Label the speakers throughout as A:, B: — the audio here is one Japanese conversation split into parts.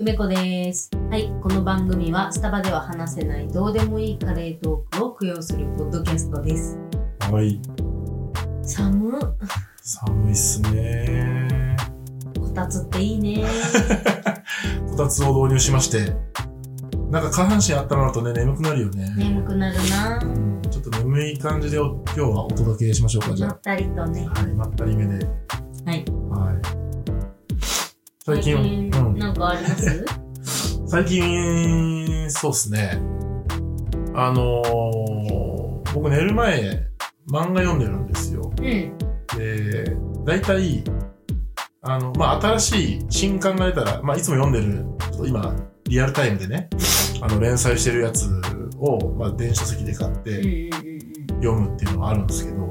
A: 梅子です。はい、この番組はスタバでは話せないどうでもいいカレートークを供養するポッドキャストです。
B: はい、
A: 寒っ
B: 寒いっすね。
A: こたつっていいね。
B: こたつを導入しまして、なんか下半身温まるとね、眠くなるよね。
A: 眠くなる
B: う
A: なん
B: ちょっと眠い感じでお今日はお届けしましょうか、じ
A: ま
B: ゃ
A: ったりとね
B: あ。。はい、まったりめで。
A: はい。
B: はい。最近、うん、
A: なんかあります
B: 最近、そうっすね。あのー、僕寝る前、漫画読んでるんですよ。
A: うん。
B: で、大体、あの、まあ、新しい新刊が出たら、まあ、いつも読んでる、ちょっと今、リアルタイムでね、あの、連載してるやつを、まあ、電子書籍で買
A: う
B: っ
A: んう
B: て
A: んうん
B: 読むっていうのがあるんですけど、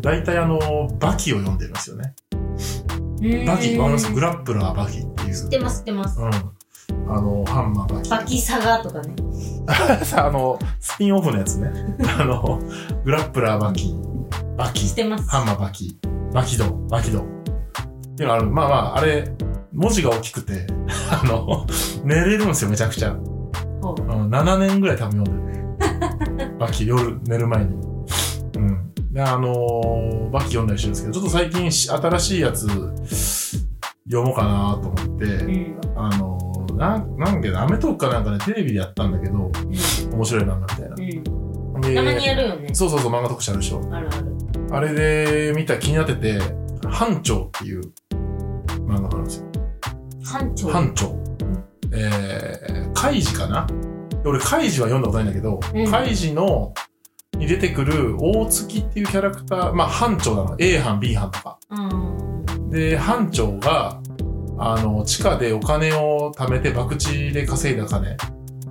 B: 大体あの、バキを読んでるんですよね。
A: うん。
B: バキ、わかります
A: 知
B: グラップラーバキっていう。
A: ってます知ってます。
B: うん。あの、ハンマーバキ。
A: バキサガとかね。
B: さ あの、スピンオフのやつね。あの、グラップラーバキ、バキ
A: 知ってます。
B: ハンマーバキ、バキド、バキド。っていうのある。まあまあ、あれ、文字が大きくて、 あの、寝れるんですよ、めちゃくちゃ。うん、
A: ほう
B: 7年ぐらい多分読んで る。バキ、夜、寝る前に。うん。で、あのーバキ読んだりしてるんですけど、ちょっと最近し、新しいやつ、読もうかなと思って、
A: うん。
B: あのーなん、なんけど、アメトーークかなんかね、テレビでやったんだけど、面白い漫画みたいな。
A: うん。
B: で
A: たまにやるよね。
B: そうそうそう、漫画特集あるでしょ。
A: あるある。
B: あれで見た気になってて、班長っていう漫画があるんですよ。
A: 班長。
B: 班長。えー、カイジかな俺、カイジは読んだことないんだけど、
A: うん
B: カイジの、に出てくる大月っていうキャラクター、まあ班長なの。A 班、B 班とか。
A: うん。
B: で、班長が、あの、地下でお金を貯めて、博打で稼いだ金、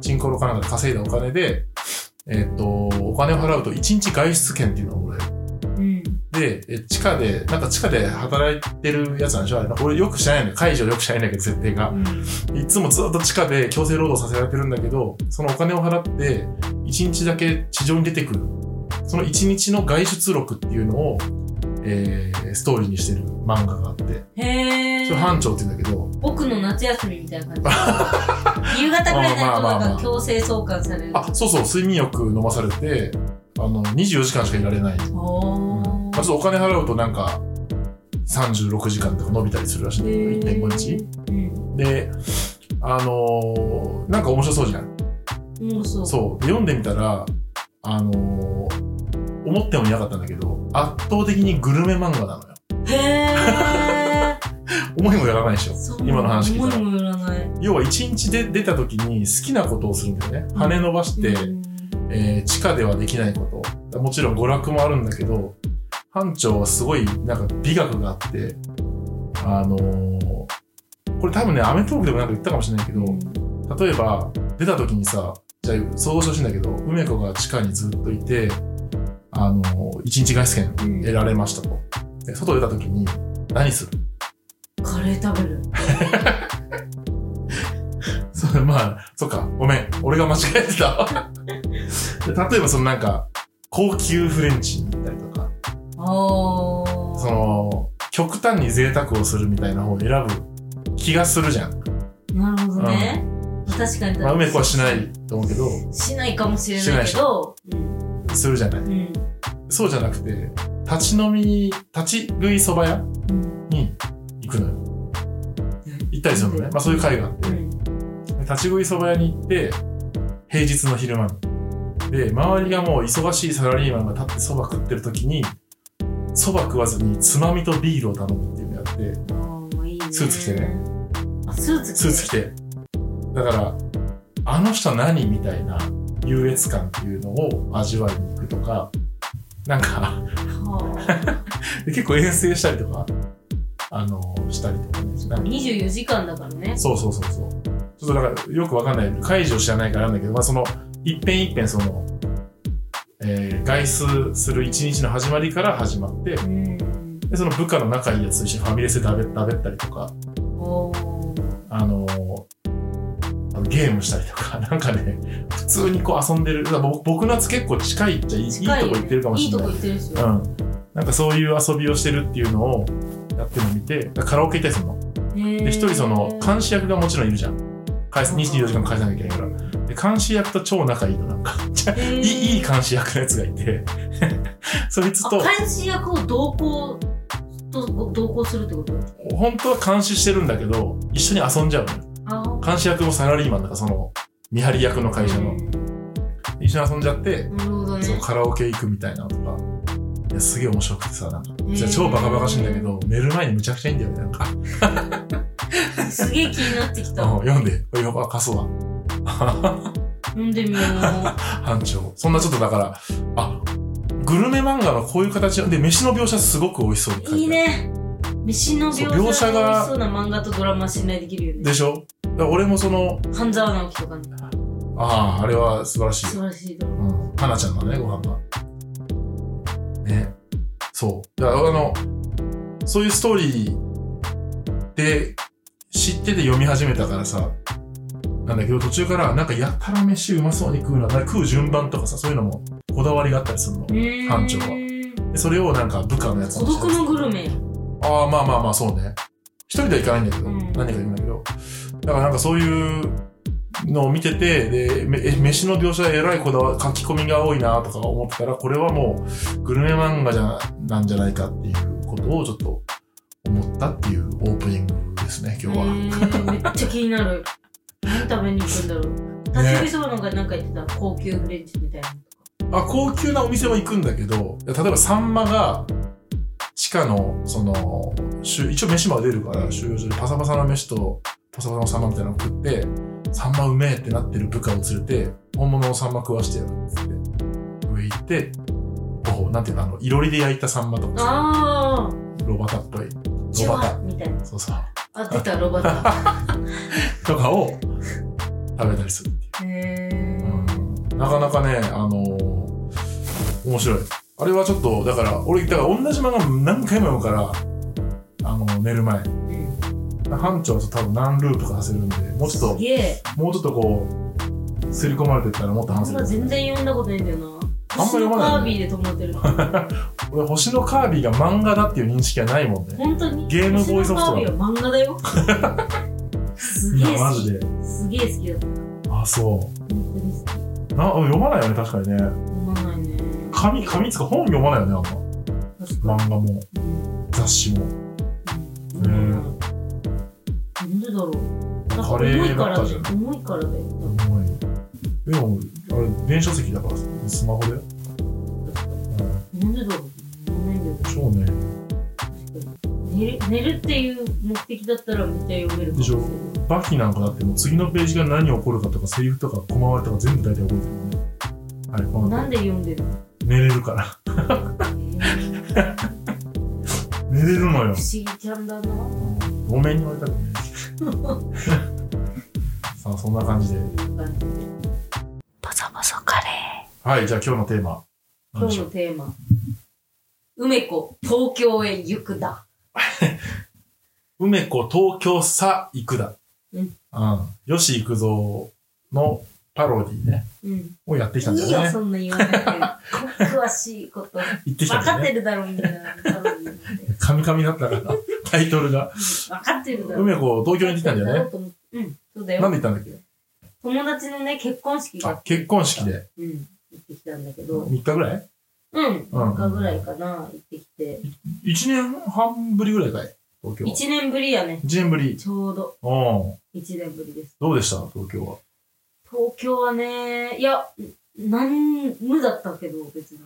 B: チンコロかなんかで稼いだお金で、えっと、お金を払うと1日外出券っていうのをもらえる。
A: うん。
B: で、え地下で、なんか地下で働いてるやつなんでしょあれ俺よく知らないんだよ。解除よく知らないんだけど、設定が。
A: うん
B: いつもずっと地下で強制労働させられてるんだけど、そのお金を払って、一日だけ地上に出てくる。その一日の外出録っていうのを、えー、ストーリーにしてる漫画があって、
A: へ
B: そ
A: ー
B: れ班長って言うんだけど、
A: 僕の夏休みみたいな感 じ夕方ぐらいになると
B: まあまあまあ
A: なんか強制送還される
B: あ、そうそう、睡眠欲飲まされて、あの、24時間しかいられない。
A: お
B: まあ、ちょっとお金払うとなんか、36時間とか伸びたりするらしいんだ
A: ー
B: けど、1.5日
A: うん
B: で、あのーなんか面白そうじゃん。
A: うんそう
B: そう。で読んでみたら、あのー思ってもいなかったんだけど、圧倒的にグルメ漫画なのよ。
A: へー
B: 思いもよらないでしょ。
A: そう
B: 今の話聞いたら
A: 思いもよらない
B: 要は一日で出た時に好きなことをするんだよね。羽伸ばして、
A: うん
B: えー地下ではできないこと。もちろん娯楽もあるんだけど、班長はすごいなんか美学があって、あのーこれ多分ね、アメトークでもなんか言ったかもしれないけど、例えば出た時にさじゃあ想像してほしいんだけど梅子が地下にずっといてあの一日外出券
A: うん
B: 得られましたとで外出た時に何する
A: カレー食べる
B: それまあそっかごめん俺が間違えてたで例えばそのなんか高級フレンチに行ったりとか
A: あ
B: そ
A: ー
B: の極端に贅沢をするみたいな方を選ぶ気がするじゃん、
A: なるほどね確かに
B: まあ、梅子はしないと思うけど
A: しないかもしれないけどうん
B: するじゃない
A: うん
B: そうじゃなくて立ち飲み立ち食いそば屋
A: うん
B: に行くのよ。行ったりするのね。まあそういう会があって。
A: うん
B: 立ち食いそば屋に行って、平日の昼間に。で、周りがもう忙しいサラリーマンが立ってそば食ってる時に、そば食わずにつまみとビールを頼むっていうのやって、
A: あーいいね
B: スーツ着てね
A: あスーツ
B: スーツ着て。だから、あの人何みたいな優越感っていうのを味わいに行くとか、なんか、
A: はあ
B: で結構遠征したりとか、あの、したりとかね。なんか
A: 24時間だからね。
B: そうそうそうそう。ちょっとだから、よくわかんない。解除知らないからなんだけど、まあその、一遍一遍その、えー外出する一日の始まりから始まって、
A: うん。
B: で、その部下の仲いいやつと一緒にファミレスで食べ食べったりとか、
A: おー
B: あのーあのゲームしたりとか、 なんかね、普通にこう遊んでる。だから僕僕のやつ結構近いっちゃいい
A: 近
B: い
A: よ
B: いとこ行ってるかもしれない。
A: いいとこ行ってるでしょ。
B: うん。なんかそういう遊びをしてるっていうのをやってるのを見て、だからカラオケ行ったりするの。
A: へー
B: で、一人その、監視役がもちろんいるじゃん。返す24時間返さなきゃいけないから。で、監視役と超仲いいの、なんか。 いい、いい
A: い
B: 監視役のやつがいて、 そいつと、
A: 監視役を同行と同行するってこと
B: 本当は監視してるんだけど、一緒に遊んじゃうのよ。
A: あー
B: 監視役もサラリーマンだから、その、見張り役の会社
A: う
B: の。
A: ん
B: 一緒に遊んじゃって、
A: なるほどね
B: そのカラオケ行くみたいなのとか。いや、すげえ面白くてさ、なんか。
A: へー
B: じゃあ超バカバカしいんだけど、寝る前にむちゃくちゃいいんだよね、なんか。
A: すげえ気になってき た
B: うん、読んで。これやば、貸すわ。
A: 飲んでみよう
B: 班長。そんなちょっとだから、あ、グルメ漫画のこういう形で、飯の描写すごく美味しそうに書てある
A: いい。ね飯の
B: そう
A: 描
B: 描
A: 写
B: 写
A: が
B: が
A: 美味しそうな漫画とドラマ信頼できるよね
B: でしょだから俺もその、
A: 半沢直樹とかね
B: ああ、あれは素晴らしい。
A: 素晴らしいドラマ
B: うん。花ちゃんのね、ご飯が。ね。そう。だからあの、そういうストーリーで知ってて読み始めたからさ、なんだけど途中からなんかやたら飯うまそうに食うな、なんか食う順番とかさ、そういうのもこだわりがあったりするの。
A: うーん
B: 班長でそれをなんか部下のやつ
A: 孤独のグルメ
B: ああ、まあまあまあ、そうね。一人では行かないんだけど、
A: うん
B: 何人か行くんだけど。だからなんかそういうのを見てて、で、めえ飯の描写えらいこだわ、書き込みが多いなとか思ってたら、これはもうグルメ漫画じゃなんじゃないかっていうことをちょっと思ったっていうオープニングですね、今日は。
A: へーめっちゃ気になる何食べに行くんだろう
B: ね
A: 焚き火そばの方がなんか言ってた高級フレンチみたいな
B: あ、高級なお店は行くんだけど、例えばサンマが、地下の、その、収一応飯まで出るから、収容所でパサパサの飯と、パサパサのサンマみたいなの食って、サンマうめえってなってる部下を連れて、本物のサンマ食わしてやるっつって、上行って、こう、なんていうの、あの、いろりで焼いたサンマとかさ、
A: ああ
B: ロバタっぽい。
A: ジュ
B: ロバ
A: ワ
B: タ。
A: みたいな
B: そうそう。
A: あ出たロバ タ
B: とかを食べたりするっていう。
A: へ
B: うんなかなかね、あのー面白い。あれはちょっと、だから、俺、だから同じ漫画何回も読むから、あの、寝る前。
A: え
B: 班長と多分何ループかさせるんで、もうちょ
A: す
B: っ
A: げえ
B: と、もうちょっとこう、刷り込まれてったらもっと話せ
A: 今
B: る。
A: 全然読んだことないんだよな
B: ま読まないね
A: 星のカービィで止まってる
B: 俺、星のカービィが漫画だっていう認識はないもんね。
A: 本当に
B: ゲームボーイ
A: 星の
B: ソフト
A: カービィは漫画だよ す
B: い
A: げ
B: や
A: え、
B: マ
A: 好き
B: ジで。
A: すげえ好きだった
B: あ、そ
A: 本当に好き
B: う。な、読まないよね、確かにね。
A: 読まないね
B: 紙、紙つか本読まないよね、
A: 確
B: あんま。
A: か
B: 漫画も、
A: にうん
B: 雑誌も。
A: うんなんでだろうなんか
B: カレ
A: 重い
B: ー
A: か
B: だっ
A: ら
B: たじゃん
A: ね。重いからだよ
B: 重い。でも、あれ、電車席だからさ、スマホで。うん、
A: なんでだろう読めないんだよ
B: そうね。
A: 寝る寝るっていう目的だったらめっちゃ読めるかもしれない
B: バキなんかだってもう次のページが何起こるかとか、セリフとか、小回りとか全部大体覚えてるもんね。はい、この
A: なんで読んでるの、
B: 寝れるから。
A: えー
B: 寝れるのよ
A: 不思。議ちゃんだな
B: ごめんに言われたくない。 さあ、そんな感じで。
A: パサパサカレ
B: はい、じゃあ今日のテーマ。何
A: 今
B: で
A: 日
B: しょ
A: の
B: う
A: テーマ梅子東京へ行くだ
B: 梅子東京さ行くだ。
A: うん
B: うん。吉幾三のパロディね。
A: うん
B: をやってきたんだ
A: いいよ
B: よね。
A: そんな言わ なくて詳しいこと
B: 行ってきた
A: 分
B: んだ
A: か
B: よ
A: っ
B: ね。
A: てるだろうみたいな多分分
B: カミカミだっ たから、タイトルが。
A: かってるだろう
B: 梅子、東京に行ってきたんだよね。
A: ねうんそうだ
B: なん
A: よ
B: で行ったんだっけ
A: 友達のね結婚式
B: あ
A: が、
B: 結婚式で。
A: うん行ってきたんだけど
B: 3日ぐらい
A: うん
B: うん
A: 3日ぐらいかな行ってきて
B: ?1 年半ぶりぐらいかい東京。1
A: 1年ぶりやね
B: 年ぶり。
A: ちょうど
B: うん。
A: 1年ぶりです
B: どうでした東京は。
A: 東京はねいやなん無だったけど別に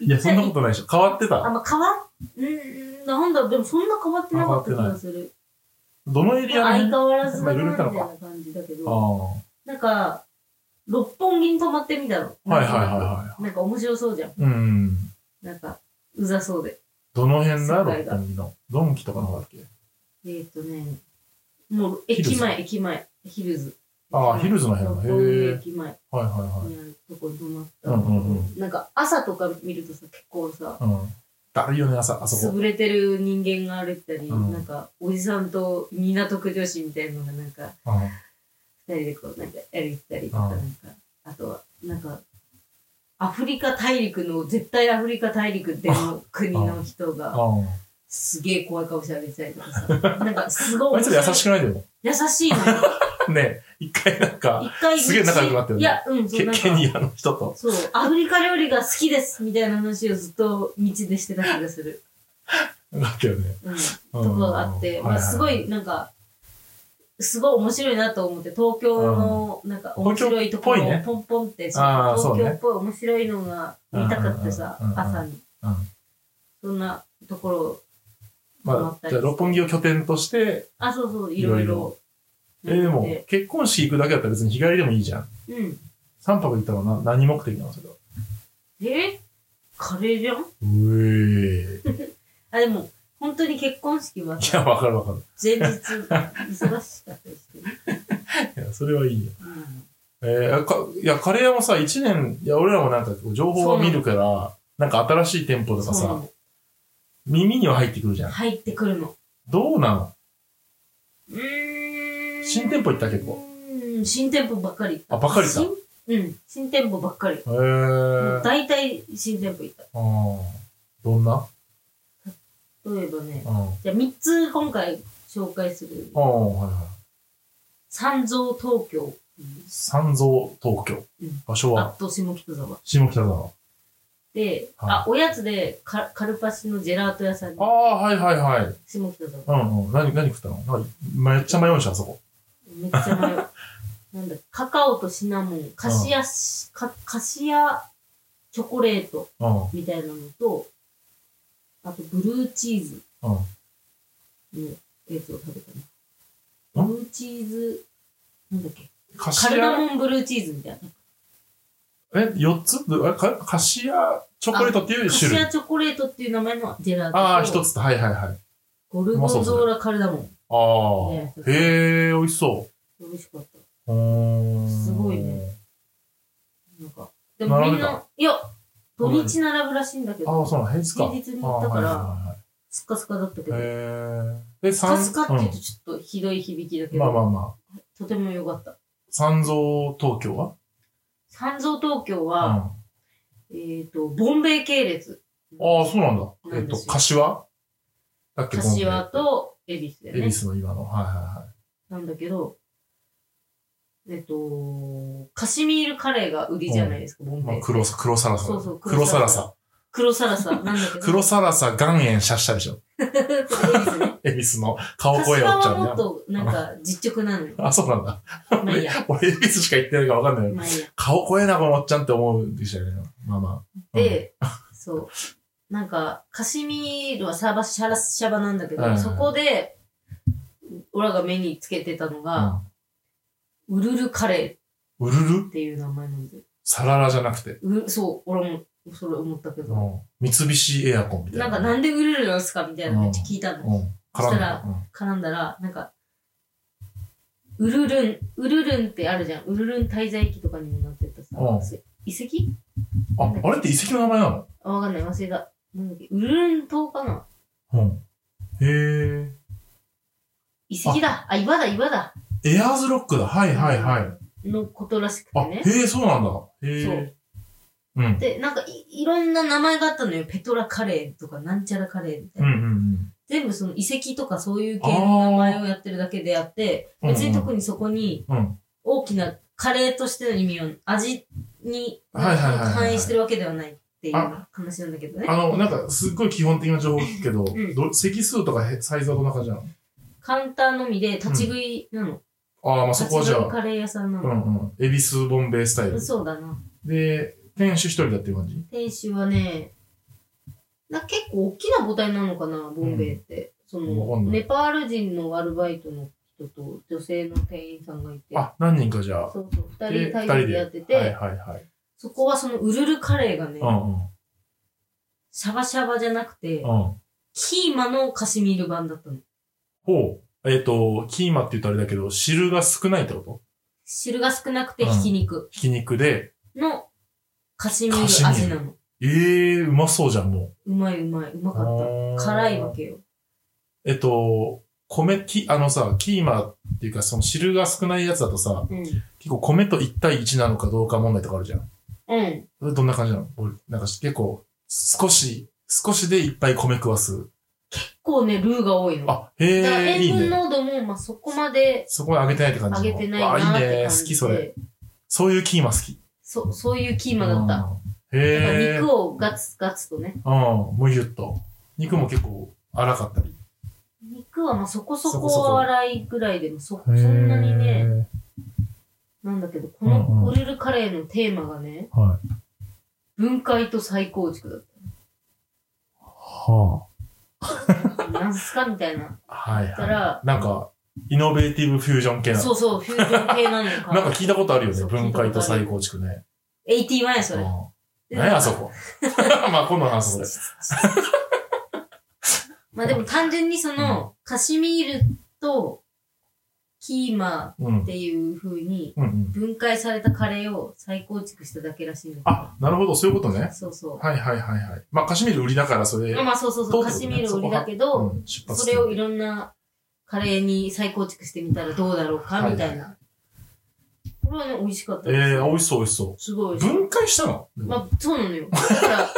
B: いや、そんなことないでしょ。変わって
A: あ、
B: た。
A: まあ、変わっ、んなんだ、でもそんな変わってなかった気がする。
B: どのエリア
A: 相変
B: にあ
A: わらずだな、
B: まあ
A: み
B: いろいろ
A: たい
B: いたの
A: な
B: か
A: 感じだけ
B: あー。
A: ど。
B: は
A: なんか、六本木に泊まってみたの。
B: いはいは
A: なんか面白そうじゃん。
B: いはい。うん。
A: なんか、うざそうで。
B: どの辺だ
A: 世界
B: 六
A: が
B: 本木の。ドンキとかの方だっけ
A: えーっとね、もう、
B: ヒルズ
A: 駅前、駅前、ヒルズ。
B: ああ、ヒルズの辺の。
A: 六
B: へ
A: 本木
B: え。
A: 駅前に
B: はいは
A: あ
B: い
A: るとこに泊まった。
B: はい。うんうんうん。
A: なんか、朝とか見るとさ、結構さ、
B: うん。だるいよね、朝、あそこ。
A: 潰れてる人間が歩いたり、
B: うん
A: なんか、おじさんと港区女子みたいなのがなんか、
B: うん
A: 二人でこうなんか歩いてたりと
B: う
A: か、なん
B: ん
A: か、あとは、なんか、アフリカ大陸の、絶対アフリカ大陸での国の人が、
B: うん。
A: すげえ怖い顔して歩いてたりとかさ、なんかすご
B: あ
A: い
B: いつら優しくないでも。
A: 優しいのよ。
B: ね、一回なんか、
A: 一回うち、
B: すげえ仲良くなったよね
A: いや、うん、そう、
B: ケ
A: なん
B: ケニ
A: か、
B: アの人と。
A: そう、アフリカ料理が好きですみたいな話をずっと道でしてた気がする。
B: だっけよね。
A: うん。
B: うん
A: とかあって、まあ、すご。、
B: はははい
A: なんか、すごい面白いなと思って、東京の、なんか、面白いとこ
B: 東京っぽい
A: ろを
B: ね
A: ポンポンって、そ
B: あ
A: の
B: ーそう
A: 東
B: ね
A: 京っぽい面白いのが見たかってさ
B: うんうんう、んうん
A: 朝に。
B: うん
A: そんなところを、
B: まあ、じゃあ、六本木を拠点として、
A: あ、そうそう、いろい
B: いろい
A: ろ。
B: えーでも、結婚式行くだけだったら別に日帰りでもいいじゃん。
A: うん。
B: 三泊行ったらな何目的なのそれは。
A: えカレーじゃん
B: うえー。
A: あ、でも、本当に結婚式はい
B: や、
A: さ、
B: わかるわかる
A: 前日、忙しかったりして ね。。
B: いや、それはいいよ。
A: うん
B: えー、かいや、カレー屋もさ、一年、いや、俺らもなんかこう情報を見るから、なんか新しい店舗と
A: そ
B: か
A: うな
B: さ、
A: の。
B: 耳には入ってくるじゃん。
A: 入ってくるの。
B: どうなの
A: うーん
B: 新店舗行った結構
A: うん新店舗ばっかり行った
B: あばっかり行っ
A: 新うん新店舗ばっかり
B: え
A: もう
B: ー。
A: 大体新店舗行った
B: うんどんな
A: 例えばね
B: うん。
A: じゃあ3つ今回紹介する
B: ああ、はいはい。
A: 三蔵東京
B: 三蔵東京
A: うん。
B: 場所
A: あ
B: は
A: と下北沢
B: 下北沢。
A: で、
B: はい
A: あおやつでカカルパシのジェラート屋さんに
B: ああ、はいはいはい。
A: 下北沢
B: うんうん。何、何食ったのなんか、めっちゃ迷いました、あそこ。
A: めっちゃ 迷うなんだカカオとシナモンカシアしかカシアチョコレート
B: う
A: みたいなのと、あとブルーチーズ
B: ん。うん。
A: のやつを食べたな。
B: ん
A: ブルーチーズ、なんだっけ
B: カ
A: カ
B: シ
A: ルダ
B: ヤ、
A: モンブルーチーズみたいな。
B: え、四つえかカシヤチョコレートってい
A: カ
B: う種
A: シ
B: 類。
A: アチョコレートっていう名前のジェラートと。
B: ああ、一つと。はいはいはい。
A: ゴルゴンゾーラカルダモン。
B: ああ。
A: ね
B: へえ、美味しそ
A: 美味しかった。
B: う。うーん。
A: すごいね。なんか。でも
B: 並
A: み
B: ん
A: ん
B: で
A: な、いや、土日並ぶらしいんだけ
B: ああ、
A: ど、
B: そうなの、平日か。
A: 平日に行ったから
B: ああ
A: スカスカだったけ
B: はいはいはい
A: ど、
B: へえ。で、
A: スカ
B: 三
A: スカって言うとちょっとひどい響きだ
B: う
A: け
B: んまあま
A: ど、
B: あまあ。
A: とても良かった。
B: 三蔵東京は
A: 三蔵東京
B: うん。
A: は、
B: あ
A: えっと、ボンベイ系列。
B: あ、そうなんだ。
A: な
B: え
A: ん
B: っ
A: で
B: と、
A: すよ
B: 柏だっけ
A: 柏、と恵比寿だよ
B: 恵
A: ね
B: 比。寿の今の。はいはいはい。
A: なんだけど、えっと、カシミールカレーが売りじゃないですか、ボン
B: ま
A: ベ
B: あ、
A: イ。
B: 黒さ、黒サラサ。
A: そうそう
B: 黒サラ
A: 黒
B: サ。
A: 黒サラ サなんだけど。
B: 黒サラサ岩塩シャッシャでしょ。
A: ですね。
B: 恵比寿の顔
A: カシ
B: 声お
A: マ
B: っちゃ
A: は
B: ん
A: も
B: ね
A: っ。と、なんか、実直な のよ。
B: あ、そうなんだ。
A: まあいいや。
B: 俺、恵比寿しか行ってないからわかんない。
A: まあいいや。
B: 顔怖えな、このおっちゃんって思うんでしたよね。まあまあ。うん、
A: で、そう。なんか、カシミールはサーバシャラシャバなんだけど、
B: うん
A: そこで、オラが目につけてたのが、ウルルカレ
B: うん、うる
A: ー
B: る
A: っていう名前なんですよ
B: サララじゃなくて、
A: うそう、俺も、それ思ったけ
B: う
A: ど。
B: ん、三菱エアコンみた
A: ないん
B: な。
A: か、なんでウルルなんすかみたいなめっちゃ聞いたの。
B: うん。絡ん
A: そした
B: で
A: ら
B: うん
A: 絡んだら、なんか、ウルルン、ウルルンってあるじゃん。ウルルン滞在期とかにもなってたさ。
B: うん
A: 遺跡
B: あ、あれって遺跡の名前なの
A: あわかんない。忘れた。なんだっけウルルン島かな
B: うん。へ
A: 遺跡だ。あ岩だ、岩だ。
B: え。エアーズロックだ。はいはいはい。
A: のことらしくて
B: あ、
A: ね。
B: へえ、そうなんだ。へ
A: そ
B: え
A: う。
B: うん。
A: で、なんかい、いろんな名前があったのよ。ペトラカレーとか、なんちゃらカレーみたい
B: うんう
A: な。
B: んうん。
A: 全部その遺跡とかそういう系の名前をやってるだけであって、
B: あー
A: 別に
B: うんうん
A: 特にそこに
B: うん
A: 大きなカレーとしての意味を、味に
B: はいはいはいはい
A: 反映してるわけではないっていう
B: あ
A: 話なんだけどね
B: あ。の、なんか、すっごい基本的な情報聞くけど、
A: ん
B: ど席数とかへサイズはどんな感じなの
A: カウンターのみで立ち食いなの。
B: ああ、まあそ
A: 立ち
B: こはじゃ
A: 食い
B: あ、
A: カレー屋さんな
B: う
A: の。
B: んうん。恵比寿ボンベイスタイル。
A: そうだな。
B: で、店主一人だっていう感じ
A: 店主はね、な結構大きな母体なのかな、ボンベイって。そ
B: わ
A: の、
B: かんない
A: ネパール人のアルバイトの人と女性の店員さんがいて、
B: あ、何人かじゃあ。
A: そうそう、二
B: で
A: 人体制でやってて、
B: はいはいはい。
A: そこはそのウルルカレーがね、
B: うんうん。
A: シャバシャバじゃなくて、
B: うん。
A: キーマのカシミール版だったの。
B: ほう。えっ、と、キーマって言うとあれだけど、汁が少ないってこと
A: 汁が少なくてひき肉
B: ひき肉で。
A: のカシミール味なの。
B: ええー、うまそうじゃん、も
A: うまいうまい、うま
B: う。
A: かっ
B: あー
A: た。辛いわ。けよ。
B: えっ、と、米、き、あのさ、キーマっていうか、その汁が少ないやつだとさ、
A: うん。
B: 結構米と1対1なのかどうか問題とかあるじゃん。
A: うん。
B: それどんな感じなの俺なんか結構、少し、少しでいっぱい米食わす。
A: 結構ね、ルーが多いの。だか
B: あ、へ
A: ら
B: え、いい
A: 塩分
B: ね。
A: 濃度も、まあ、そこまで
B: そこは上げてないって感じ
A: 上
B: の。
A: げてない
B: わあ
A: なっ
B: いい
A: て
B: ね。
A: 感じで。
B: 好き、それ。そういうキーマ好き。
A: そ、そういうキーマだった。
B: うん。
A: だから
B: へえ。うん
A: 肉をガツガツとね。、
B: もうギュッと。肉も結構粗かったり。
A: 肉はまあそこそ
B: そこそこ
A: こ粗いぐらいでもそ、そんなにね、
B: へ
A: なんだけど、こ
B: うんう
A: の
B: ん
A: ウルルカレーのテーマがね、
B: ー。はい。
A: 分解と再構築だっ
B: は
A: た。なんすかみたいな。
B: あ。はい
A: だか
B: は
A: ら
B: い。、なんか、イノベーティブフュージョン系なの
A: そうそう、フュージョン系なのか。
B: なんか聞いたことあるよね。
A: そう
B: 分解と再構築ね。
A: 81や、それ。
B: うん。何や、あそこ。まあ、今度の話それ。
A: まあでも単純にその、カシミールとキーマ
B: うん。う
A: っ
B: ん
A: ていう風に
B: うん。
A: 分解されたカレーを再構築しただけらしいんだけど。
B: あ、なるほど、そういうことね。
A: そうそう。
B: はいはいはいはい。まあ、カシミール売りだから、それ、
A: まあまあそうそうそう
B: ど
A: う、
B: っ
A: カ
B: てこと
A: シ
B: ね
A: ミール売りだけど、
B: うん、出発
A: それをいろんなカレーに再構築してみたらどうだろうか、みたいな。これはね、美味しかった
B: え
A: です。
B: えー、美味しそう美味しそ
A: すご
B: う。
A: い美味しい。
B: 分解したの
A: まあ、そうなのよ。だ から、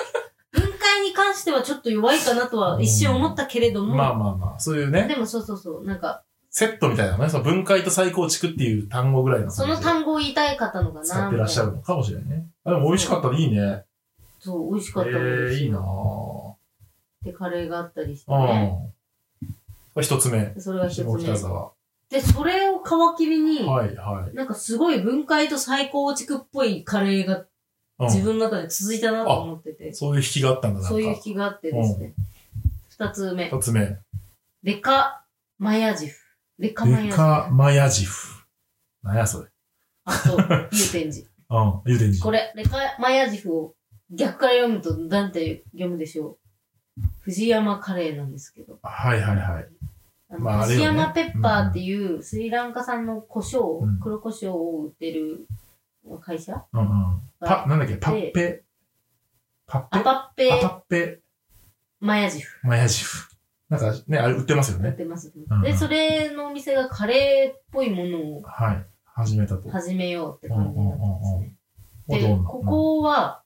A: 分解に関してはちょっと弱いかなとは一瞬思ったけれども、
B: まあまあまあ、そういうね、
A: でもそうそうそう、なんか、
B: セットみたいなね、その分解と再構築っていう単語ぐらいの
A: その
B: 感じで
A: 単語を言いたい方のかな。
B: 使ってらっしゃ
A: みたいな。
B: るのかもしれないね。あ、でも美味しかったらいいね。
A: そう、美味し
B: え
A: かったもん
B: えー、いいなぁ。
A: で、カレーがあったりして、ね。
B: うん。一つ目。
A: それが一つ
B: 下
A: 目
B: 北。沢。
A: で、それを皮切りに、
B: はいはい。
A: なんかすごい分解と再構築っぽいカレーが
B: うん
A: 自分の中で続いたなと思ってて、
B: そういう引きがあったんだ、なんか。
A: そういう引きがあってですね。二つ目。
B: 二つ目。
A: レカマヤジフ。レカマヤジ
B: デ
A: フ。
B: カマヤジフ。なんやそれ。
A: あと、祐天寺。
B: うん。ゆうてんじ。
A: これ、レカマヤジフを逆から読むとなんて読むでしょう。藤山カレーなんですけど。
B: はいはいはい。
A: あ
B: まあ
A: の、
B: あれ
A: 藤
B: よね
A: 山ペッパーっていうスリランカ産の胡椒
B: うん、
A: 黒胡椒を売ってる会社
B: うんうん。パ、
A: が、
B: なんだっけ、パッペ。パッペ
A: アパッペ
B: アパッペ
A: マヤジフ
B: マヤジフ。なんかね、あれ売ってますよ
A: やっ
B: ね。
A: てます
B: うん。
A: で、それのお店がカレーっぽいものを
B: はい。始めたと。
A: 始めようって感じになったんですね。
B: もう
A: で、
B: どうな
A: ここは、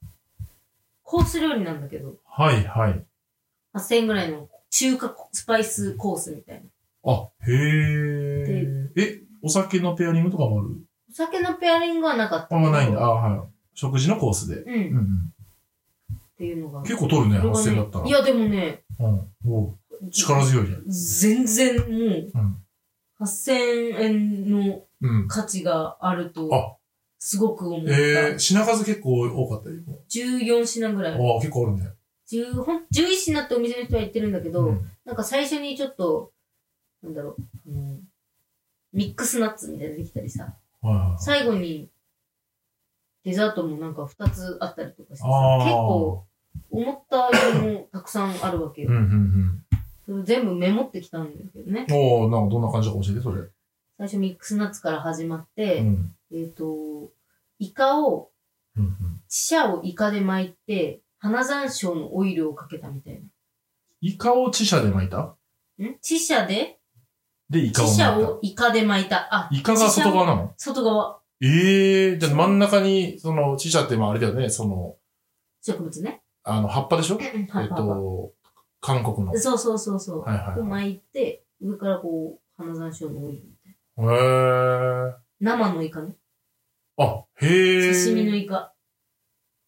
A: コース料理なんだけど、
B: はいはい。
A: 8000円ぐらいの中華スパイスコースみたいな。
B: あ、へえ。え、お酒のペアリングとかもある
A: お酒のペアリングはなかった。
B: あんまないんだ。。あはい。食事のコースで。
A: うん。
B: うん
A: っ
B: うん。
A: ていうのが。
B: 結構取るね、
A: こ
B: 8000
A: れが
B: だった
A: ね
B: ら
A: い。や、でもね、
B: うん。おう力強いね。
A: 全然もう、
B: うん
A: 8000円の
B: うん。
A: 価値があると、
B: あ、
A: すごく思った。
B: えー、品数結構多かったよ。
A: 14品ぐらい。
B: ああ、結構あるね。
A: 10ほん11品ってお店の人は言ってるんだけど、
B: うん
A: なんか最初にちょっと、なんだろう、あのミックスナッツみたいなのできたりさ、
B: はいはい。
A: 最後に、デザートもなんか2つあったりとかしてさ、
B: あー
A: 結構、思ったよりもたくさんあるわけ
B: う
A: よ。
B: んうん
A: それ全部メモってきたんだけどね。
B: うん。おおなんかどんな感じか教えて、それ。
A: 最初ミックスナッツから始まっ
B: う
A: て、
B: ん。
A: えっ、と、イカを、
B: うんうん。
A: チシャをイカで巻いて、花山椒のオイルをかけたみたい
B: イカを自社で巻いた
A: な。んチシャで
B: で、イカ
A: チ
B: を巻い
A: シャ
B: た。
A: をイカで巻いた。あ、
B: イカが外側なの
A: 外側、
B: ええじゃあ真ん中に、その、自社ってまああれだよね、その、
A: 植物ね。
B: あの、葉っぱでしょ
A: うん
B: えっと、韓国の。はい
A: そうそうそうそう。
B: はいはい
A: を。巻いて、上からこう、花山椒のオイルみたい
B: へー。
A: な。生のイカね。
B: あ、へえ。
A: 刺身のイカ。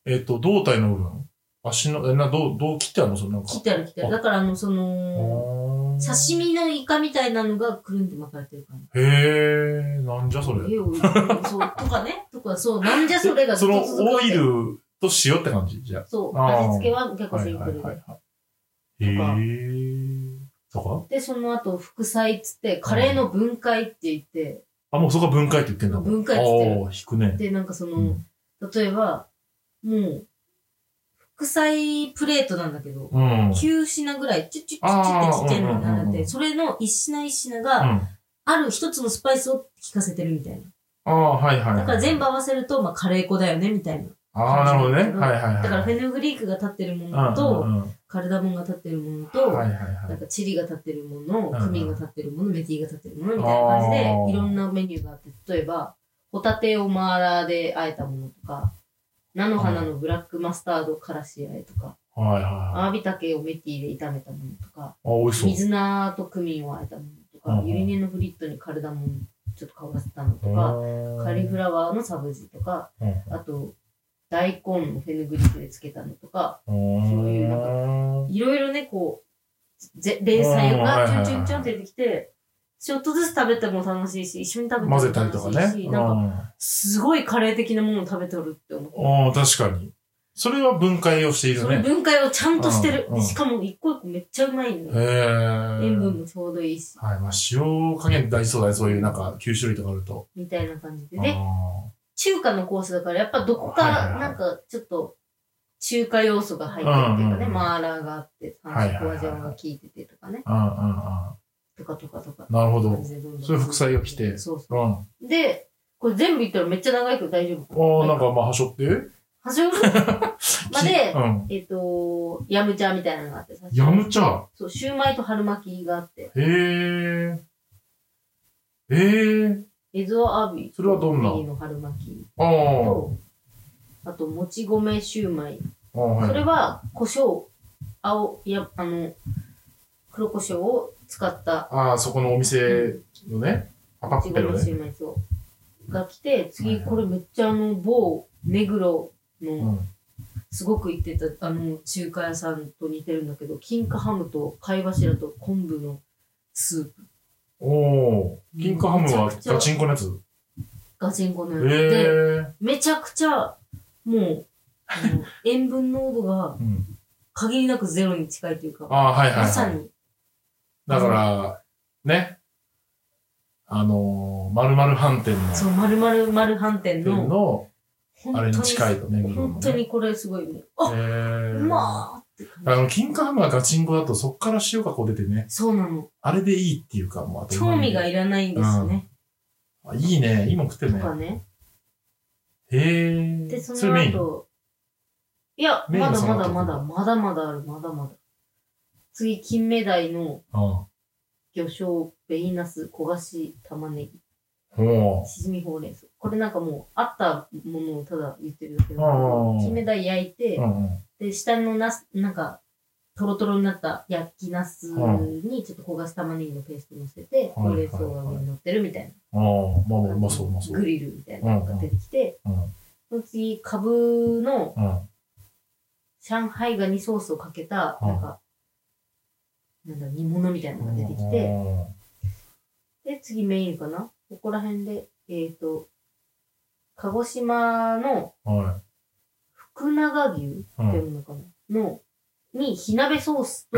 B: えっと、胴体の部分足の、え、な、どう、どう切ってあるのそのなんか。
A: 切ってある切ってある。
B: あ
A: だから、あの、その、刺
B: 身
A: 身のイカみたいなのがくるんで巻かれてる感じ。
B: へえ、なんじゃそれ。
A: え、おいそう、とかね。とか、そう、なんじゃそれがず
B: そ
A: っ
B: の
A: と続くわ
B: オ
A: け
B: イルと塩って感じじゃ
A: そう、
B: あー
A: 味付けは結
B: あ。
A: 構シンプルで。
B: はい。へえ。とか
A: で、その後、副菜っつって、カレーの分解って言って、
B: あ、もうそこは分解って言ってんだ。
A: 分解って言ってる
B: ああ、引くね。
A: で、なんかその、
B: うん
A: 例えば、もう、副菜プレートなんだけど、
B: うん。
A: 9品ぐらい、チュッチュッチュッチュッ
B: あ
A: って
B: ー
A: ちっちゃいのが
B: うん
A: 並
B: うん
A: ん
B: うんう
A: で
B: ん
A: て、それの一品一品
B: う
A: が、
B: ん
A: ある一つのスパイスを効かせてるみたいな。
B: ああ、はいはいはい。
A: だから全部合わせると、まあ、カレー粉だよね、みたいな。
B: ああ、なるほどね。
A: うん
B: はいはいはい。
A: だから、フェヌグリークが立ってるものと、
B: うんうんうん
A: カルダモンが立ってるもの
B: はい
A: と、
B: はいは
A: ないん。かチリが立ってるもの、
B: うん
A: クミンが立ってるもの、メティが立ってるもの、みたいな感じで
B: あー、
A: いろんなメニューがあって、例えば、ホタテをマーラーで和えたものとか、菜の花のブラックマスタードからし和えとか、
B: あはいはい。あ、
A: アワビタケをメッティで炒めたものとか、
B: 美味しそう。
A: 水菜とクミンを和えたものと
B: うん
A: か
B: う、ん
A: ゆり根のフリットにカルダモンちょっと香らせたのとか、カ
B: カ
A: リフラワーのサブジとか、
B: うん
A: あと、大根のフェヌグリックで漬けたのとか、
B: そう
A: いうなんいろいろね、こう、ぜ冷菜がチュンチュンチュンって出てきて、ちょっとずつ食べても楽しいし、一緒に食べても
B: 混
A: 楽しいし、
B: ぜたりとかね。うん
A: なんか、すごいカレー的なものを食べておるって思う。
B: ああ、確かに。それは分解をしている
A: その
B: ね。
A: 分解をちゃんとしてる
B: うんう。ん
A: しかも一個一個めっちゃうまいの
B: へ
A: よ。
B: え。
A: 塩分もちょうどいいし、
B: はい、まあ塩加減って大事そうだね。そういうなんか9種類とかあると。
A: みたいな感じで。
B: あ
A: で、中華のコースだからやっぱどこか
B: はいはいはい
A: なんかちょっと中華要素が入ってるっていうかね、
B: うんうんうん
A: マーラーがあって、
B: はいはい
A: 韓
B: は
A: 国ア
B: い
A: ジアが効いててとかね、
B: あ、あ
A: とかとかとか。
B: なるほど
A: 感じでんん
B: そういう副菜が来て
A: そう
B: あ、ああ。うん。あ
A: そう。で、これ全部言ったらめっちゃ長いけど大丈夫。
B: あ、なんかまあ、はしょって。
A: 端 折るま
B: き
A: で
B: う、ん。
A: えっと、ヤムチャみたいなのがあって、
B: ヤムチャ
A: そう、シューマイと春巻きがあって、
B: へえ。へえ。
A: エゾアビ。
B: それはどんな
A: ネギの春巻き
B: ああ。
A: と、あと、もち米シューマイ。
B: ああはい
A: それは、胡椒、青、いや、あの、黒胡椒を使った、
B: ああ、そこのお店のね、パカ
A: もち
B: ッペロ
A: 米シ
B: ね。
A: ューマイそうが来て、
B: はい
A: 次、
B: はい
A: これめっちゃあの、某、目黒
B: う
A: の、
B: ん。
A: すごく行ってた、あの、中華屋さんと似てるんだけど、金華ハムと貝柱と昆布のスープ。
B: おお。金華ハムはガチンコのやつ。
A: ガチンコのやつ。
B: へ
A: で、
B: え。
A: めちゃくちゃ、もう、あの塩分濃度が
B: うん。
A: 限りなくゼロに近いというか、
B: ああ、はいはい
A: ま
B: は
A: さ
B: い。
A: に、
B: だから、ね。あのー、まるまる飯店の、
A: そう、丸々丸飯店
B: 店
A: の、
B: の、
A: 本
B: あれに近いとね、
A: 本当にこれすごいもう、あ、う
B: ま
A: まーって
B: あ
A: 感
B: の、金華ハムがガチンコだと、そっから塩がこう出てね、
A: じ。そうなの。
B: あれでいいっていうか、もう
A: 興味が
B: いい。
A: いらないんですね。
B: あいいね、いいもん食ってる
A: と
B: ね。
A: かね。
B: へえ。
A: で、そ
B: それ
A: の
B: メイン。
A: 後、いや、
B: メイン
A: ま
B: が
A: だ
B: その
A: ま
B: 後
A: だまだ、まだまだある、まだまだ。次、金目鯛の
B: うん
A: 魚醤、ベイナス、焦がし、玉ねぎ。
B: おー
A: しじみほうれん草。これなんかもう、あったものをただ言ってるだけだけ
B: あ
A: ど、
B: あ
A: 金目鯛焼いて、
B: うんうん。
A: で、下のなす、なんか、トロトロになった焼きナスに、ちょっと焦がし玉ねぎのペースト乗せて、
B: はい
A: ほうれん草が上に乗ってるみたい
B: ああ、まあまあ、
A: な。
B: うまそう、うまそう。
A: グリルみたいなのが出てきて、
B: うんうん
A: その次、カブの
B: うん。
A: 上海ガニソースをかけた、
B: うん
A: なんか、なんだ、煮物みたいなのが出てきて、
B: うん
A: で、次メインかなここら辺で、えっ、ー、と、鹿児島の
B: は
A: 福永牛って
B: い。うん
A: 読むのかなの、に、火鍋ソース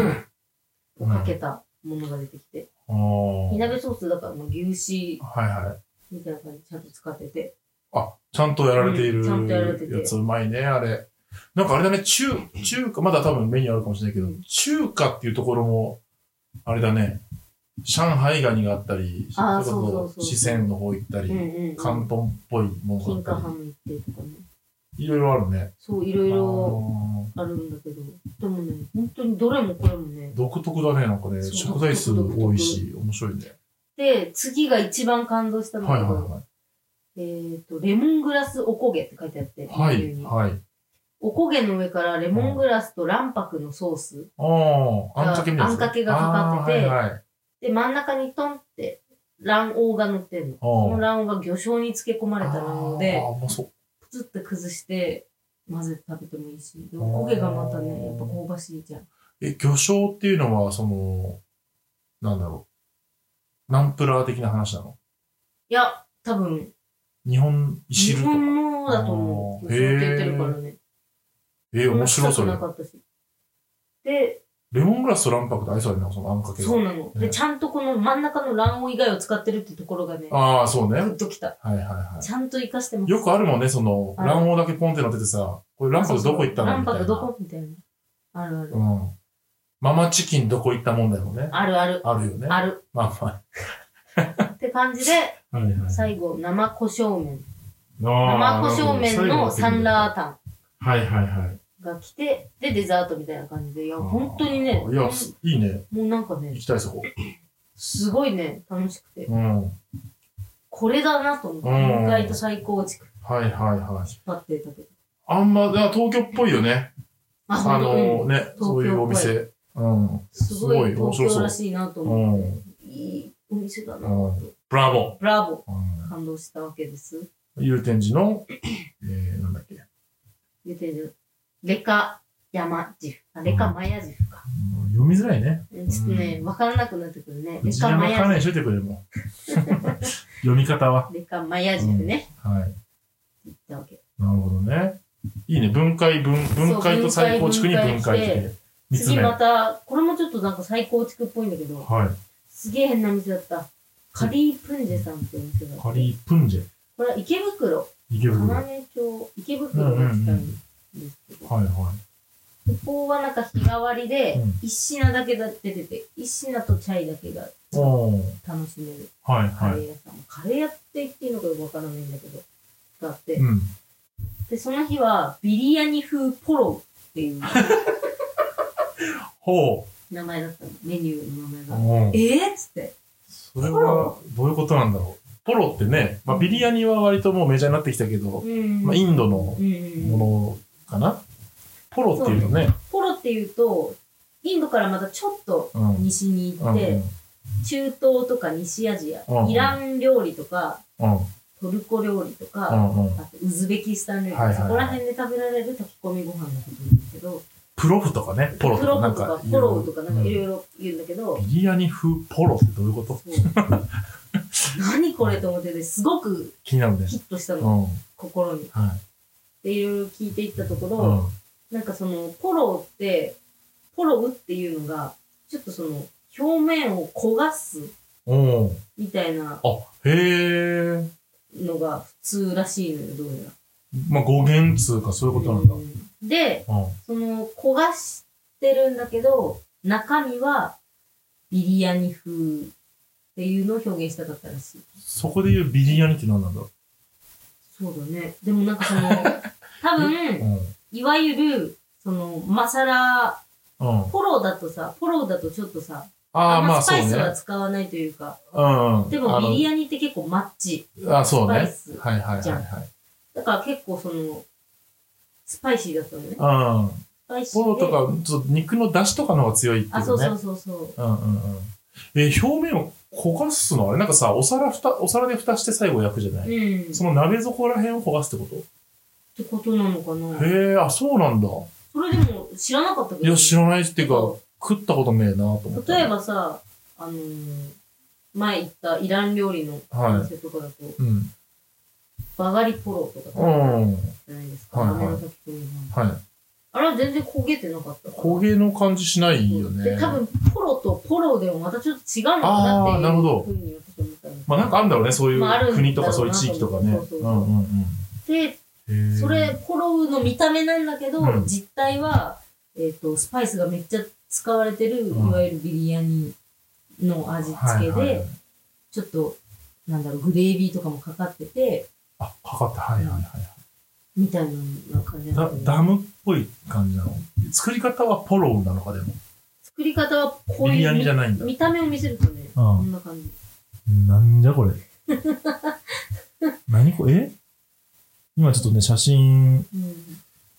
A: と、をかけたものが出てきて、
B: あー
A: 火鍋ソースだからもう牛脂
B: はいはい。
A: みたいな感じでちゃんと使ってて、
B: あ、ちゃんとやられてい
A: う
B: る
A: んちゃんとやられてて
B: やつうまいね、あれ。なんかあれだね、中、中華、まだ多分メニューあるかもしれないけど、中華っていうところも、あれだね、上海ガニがあったり、
A: あー
B: れこ
A: そうそうそうそう
B: 四川の方行ったり、
A: うんうんうん、
B: 広東っぽいもの
A: 金
B: が
A: 華
B: あっ
A: ハ
B: た
A: ム行ってとかね、
B: り、いろいろあるね。
A: そういろいろあるんだけど、でもね、本当にどれもこれもね
B: あー。独特だね、なんかね、
A: そう
B: 食材数多いし、面白いね。
A: で、次が一番感動したのが、
B: はいは
A: えっ、と、レモングラスおこげって書いてあって、
B: いは
A: メ
B: い。は
A: ニュ
B: い
A: ー、に
B: はい。
A: おこげの上からレモングラスと卵白のソース、
B: ああ、あんかけみたいなやつ。
A: あんかけがかかってて
B: あーはいはい。
A: で、真ん中にトンって卵黄が乗ってんの。
B: こ
A: この卵黄が魚醤に漬け込まれた卵黄で、
B: あーあー、まあそう。
A: プツって崩して混ぜて食べてもいいし、でおこげがまたね、やっぱ香ばしいじゃん。
B: え、魚醤っていうのは、その、なんだろう。ナンプラー的な話なの
A: いや、多分、
B: 日本、
A: 日
B: 石るとか。
A: 本のだと思う。
B: あー
A: そうやって言ってるからね。
B: え、面白い
A: そ
B: そ
A: ん
B: れ
A: な臭く。なかったし。で、
B: レモングラスと卵白と合いそうだね、そのあんかけが。
A: そうなの。
B: ね
A: で、ちゃんとこの真ん中の卵黄以外を使ってるってところがね、
B: ああ、そうね。
A: グ
B: はい
A: ッときた。
B: はいは
A: ちゃんと活かしてま
B: い。
A: す。
B: よくあるもんね、その、
A: ある
B: 卵黄だけポンってなっててさ、これ卵白どこ行ったのみた
A: 卵
B: いな。
A: 白どこみたいな。あるある。
B: うん。ママチキンどこ行った問題もね。
A: あるある。
B: あるよね。
A: ある。
B: まあま
A: って感じで、
B: あ。はいはい。
A: 最後、生胡椒麺。
B: 生
A: 生胡椒麺のサンラータン。
B: はいはいはい。
A: が来て、で、デザートみたいな感じで、いや、
B: あー
A: 本当にね、
B: いや、すいいね。
A: もうなんかね
B: 行、きたいそこ。
A: すごいね、楽しくて、
B: うん。
A: これだなと思って、
B: うん
A: 意外と最高地区
B: はいはいはい。
A: 引っ張ってたけど。
B: あんま、だから東京っぽいよね。あの
A: うん
B: ね、
A: ぽい
B: そういうお店。うん。
A: す
B: す
A: ご
B: ご
A: い
B: い面
A: 東
B: 白そう
A: 京らしいなと
B: う
A: 思
B: ん。
A: う。いいお店だな。
B: うんブラボ
A: ブラボ
B: ー。うん
A: ー感動したわけです。
B: 祐天寺の、えー、なんだっけ。
A: 出てる。レカ山ジフ。あ、レカマヤジフか。
B: うん読みづらいね。
A: ちょっとね、わからなくなってくるね。レ
B: 字
A: カマ
B: 山関
A: ヤ
B: 連しといてく れ、もう。読み方は。
A: ジフ。レカマヤジフね。
B: はい。
A: 行ったわけ。
B: なるほどね。いいね。分解、分、分解と再構築に分
A: 分解
B: 解して。三つ
A: 次
B: 目。
A: ま
B: は
A: た、これもちょっとなんか再構築っぽいんだけど、
B: い。
A: すげえ変な店だった。カリープンジェさんってお店だった。
B: カリープンジェ。
A: これは池袋、
B: 池袋。はい
A: 金町、池袋が来たんですけど、
B: は
A: ここはなんか日替わりで
B: うん、
A: 一品だけだ出てて、一品とチャイだけが
B: い。おー。
A: 楽しめる
B: はい
A: カレ
B: は
A: ー屋さん。カレー屋って言っていいのかよくわからないんだけど、があって
B: い。う、ん。
A: で、その日はビリヤニ風ポロっていう
B: ほ
A: 名前だったの、メニューの名前
B: う。
A: が。
B: うん。
A: えーっつって。
B: それ
A: ポ
B: は
A: ロ、
B: どういうことなんだろう。ポロってね、まあ、ビリヤニは割ともうメジャーになってきたけど、
A: うん。
B: まあ、インドの
A: うんうんうん
B: ものかな。ポロっていうのね。
A: ポロっていうと、インドからまたちょっと
B: うん。うん
A: 西に行って、中東とか西アジア、
B: うん
A: イラン料理とか、
B: うん。
A: トルコ料理とか、
B: うんうん。
A: あとウズベキスタン料理、
B: はいはいはい
A: そこら辺で食べられる炊き込みご飯のことなんだけど、
B: プロフとかね、ポロ
A: プ
B: とか
A: ロ
B: な
A: フ
B: ん
A: とか
B: か。
A: ポロとかなんかいろ
B: い
A: いろ言うんだけど、
B: ビリヤニ風ポロってどういうこと
A: そう何これと思ってて、すごく
B: 気になるね
A: ヒ。ットした
B: う
A: の、
B: ん。
A: 心に。
B: はい。
A: で、いろいろ聞いていったとこ
B: う
A: ろ、
B: ん。
A: なんかその、ポロって、ポロウっていうのが、ちょっとその、表面を焦がす
B: おー
A: みたいな
B: あ、へえ。
A: のが普通らしいのよ、どうやら。
B: まあ、語源通か、そういうことなんだ。
A: うんで、
B: うん。
A: その、焦がしてるんだけど、中身はビリヤニ風っていうのを表現したかったらしい。
B: そこで言うビリヤニって何なんだろ
A: そうだね。でもなんかそ の、多
B: う。う
A: 分、
B: ん。
A: いわゆる、その、マサラ、
B: うん。
A: ポロだとさ、ポロだとちょっとさ、
B: あ
A: あ
B: あ、
A: ん
B: ま
A: ま
B: あ
A: ス
B: そ
A: パ
B: う
A: イ
B: ね
A: ス。は使わないというか、
B: うんうん。
A: でもビリ
B: ヤ
A: ヤニって結構マッチ。
B: ニ。あ、そうね。はい
A: スパ
B: はいはい
A: じゃん
B: はい。
A: だから結構その、スパイシーだったのね。
B: うん。
A: スパイシー
B: ポ
A: で。
B: ロとか、ちょっと肉の出汁とかの方が強いってい
A: あ、そうう
B: ね
A: そ。うそうそう。
B: うんうんうん。えー、表面を焦がすのあれなんかさ、お皿ふた、お皿で蓋して最後焼くじゃない、
A: うん。っ
B: その鍋底ら辺を焦がすってこ
A: てことなのか
B: と、
A: な。
B: へえ、あ、そうなんだ。
A: それでも知らなかったけど。
B: いや、知らないっていうか、食ったことねえなと思って。
A: 例えばさ、あのー、前行ったイラン料理のお
B: は
A: 店とかだと、
B: い。うん。
A: バガリポロとか
B: う
A: さ
B: ん。
A: じゃないですか。
B: はいはい
A: 甘崎君の
B: は
A: あれは全然焦げてなかった
B: い。
A: から。
B: 焦げの感じしないよ
A: で、
B: ね。
A: 多分、ポロとポロでもまたちょっと違うのかなってい
B: あーなるほど
A: うふうに私は思ったの。
B: まあなんかあるんだろうね、そうい
A: まああるんだろ
B: う
A: うな
B: 国とかそういう地域とかね。
A: そうそううんそう
B: うん
A: で、
B: うん。へえ
A: それ、、ポロの見た目なんだけど、
B: うん
A: 実態は、えっ、と、スパイスがめっちゃ使われてる、
B: うん
A: いわゆるビリヤニの味付けで、
B: はいはいはい
A: ちょっと、なんだろう、グレービーとかもかかってて、
B: あ、かかった。はいはいはい。
A: みたいな感じなん
B: だ
A: だけ
B: ダ
A: ど、
B: ムっぽい感じなの作り方はポロなのかでも
A: 作り方はこう
B: ビリ
A: い
B: ヤニじゃ
A: う
B: ないんだ
A: 見見た目を見せるとね、こ
B: うん
A: な感じ。
B: んなんじ ゃこれ何これえ今ちょっとね写真